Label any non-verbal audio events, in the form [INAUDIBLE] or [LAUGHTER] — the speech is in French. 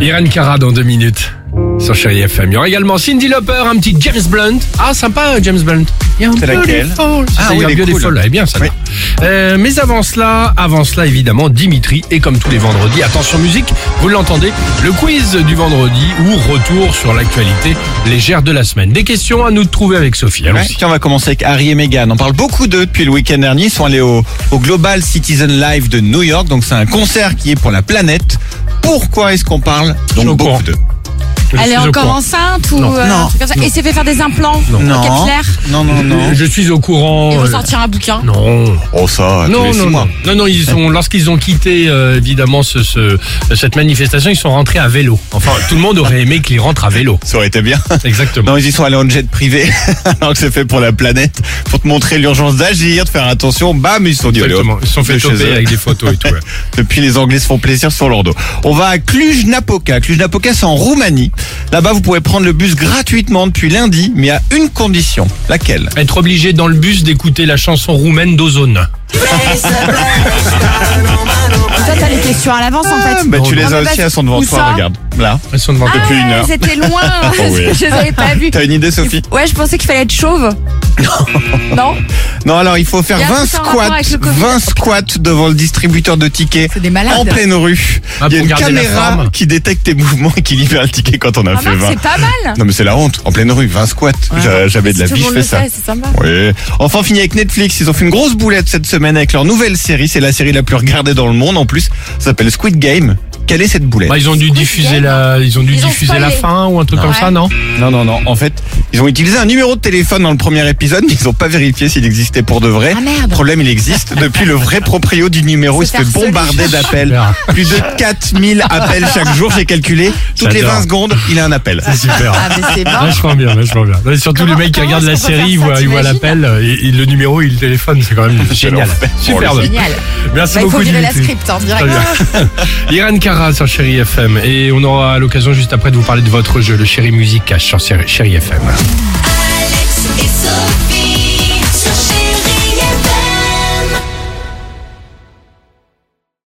Irène Cara dans deux minutes sur Chérie FM. Il y aura également Cindy Lauper, un petit James Blunt. Ah, sympa, James Blunt. C'est laquelle Ah, Ah oui, oui, elle est cool. Eh bien, ça Oui. va. Euh, mais avant cela, avant cela, évidemment, Dimitri, et comme tous les vendredis, attention musique, vous l'entendez, le quiz du vendredi ou retour sur l'actualité légère de la semaine. Des questions à nous de trouver avec Sophie. Ouais, Allons-y. tiens, on va commencer avec Harry et Meghan. On parle beaucoup d'eux depuis le week-end dernier. Ils sont allés au, au Global Citizen Live de New York. Donc, c'est un concert qui est pour la planète. Pourquoi est-ce qu'on parle Je suis au donc courant. beaucoup d'eux Je Elle suis est au encore courant. enceinte ou Non. euh, Non. un truc comme ça Et s'est fait faire des implants capillaires Non, non, [LAUGHS] non. Je suis au courant. Ils vont euh, sortir un bouquin. Non. Oh, ça, tous Non, les six non, mois. non, non, non, ils ont, lorsqu'ils ont quitté euh, évidemment ce, ce- cette manifestation, ils sont rentrés à vélo. Enfin, tout le monde aurait aimé qu'ils rentrent à vélo. Ça aurait été bien. [LAUGHS] Exactement. Non, ils y sont allés en jet privé, [LAUGHS] alors que c'est fait pour la planète, pour te montrer l'urgence d'agir, de faire attention. Bam, ils se sont dit, allez, hop, Exactement. Ils se sont fait de chez choper eux. avec des photos et tout. [LAUGHS] ouais. Depuis, les Anglais se font plaisir sur leur dos. On va à Cluj-Napoca. Cluj-Napoca, c'est en Roumanie. Là-bas, vous pouvez prendre le bus gratuitement depuis lundi, mais à une condition. Laquelle Être obligé dans le bus d'écouter la chanson roumaine d'Ozone. Et toi, t'as les questions à l'avance en fait. Ah, bah, non, Tu les non. as Ah, bah, aussi, elles sont devant où toi, ça regarde. [LAUGHS] Là. Elles sont devant Ah, toi. depuis une heure. c'était loin. [LAUGHS] Oh oui. parce que [LAUGHS] Je les avais pas vus. T'as une idée, Sophie Ouais, je pensais qu'il fallait être chauve. Non. Non, alors il faut faire Il y a 20 tout un rapport squats, avec le Covid. 20 squats devant le distributeur de tickets C'est des malades. en pleine rue. Ah, il y a une pour garder la caméra forme. qui détecte tes mouvements et qui libère le ticket quand on a Ah, fait mince, 20. c'est pas mal. Non mais c'est la honte, en pleine rue, 20 squats. J'a- Jamais de la Si tout vie, le je monde fais ça. le fait, C'est sympa. Ouais. Enfin, on finit avec Netflix. Ils ont fait une grosse boulette cette semaine avec leur nouvelle série. C'est la série la plus regardée dans le monde. En plus, ça s'appelle Squid Game. Quelle est cette boulette Bah, ils ont dû Squid diffuser Game. la, ils ont dû Ils ont diffuser la spoilé. fin ou un truc comme Ouais. ça, non Non, non, non. En fait, ils ont utilisé un numéro de téléphone dans le premier épisode, [LAUGHS] mais ils n'ont pas vérifié s'il existait pour de vrai. Ah, merde. Problème, il existe. Depuis, le vrai proprio du numéro, il se C'est fait harcelé. bombarder d'appels. Super. Plus de 4000 appels chaque jour, j'ai calculé. Toutes les J'adore. 20 secondes, il a un appel. Super. Ah, mais c'est [LAUGHS] bon. Vachement bien, vachement bien. Non, et surtout Comment- les mecs qui comment regardent la est-ce qu'on peut série, ils faire ça, voient ils voient t'imagines l'appel, et- et le numéro, ils le téléphonent, c'est [LAUGHS] quand même génial. l'enfer. Superbe. Génial. Merci Bah, il faut beaucoup virer la Dimitri. script en direct. Très bien. [LAUGHS] Irène Cara sur Chéri FM et on aura l'occasion juste après de vous parler de votre jeu, le Chéri Musique Cash sur Chéri FM. Alex et Sophie.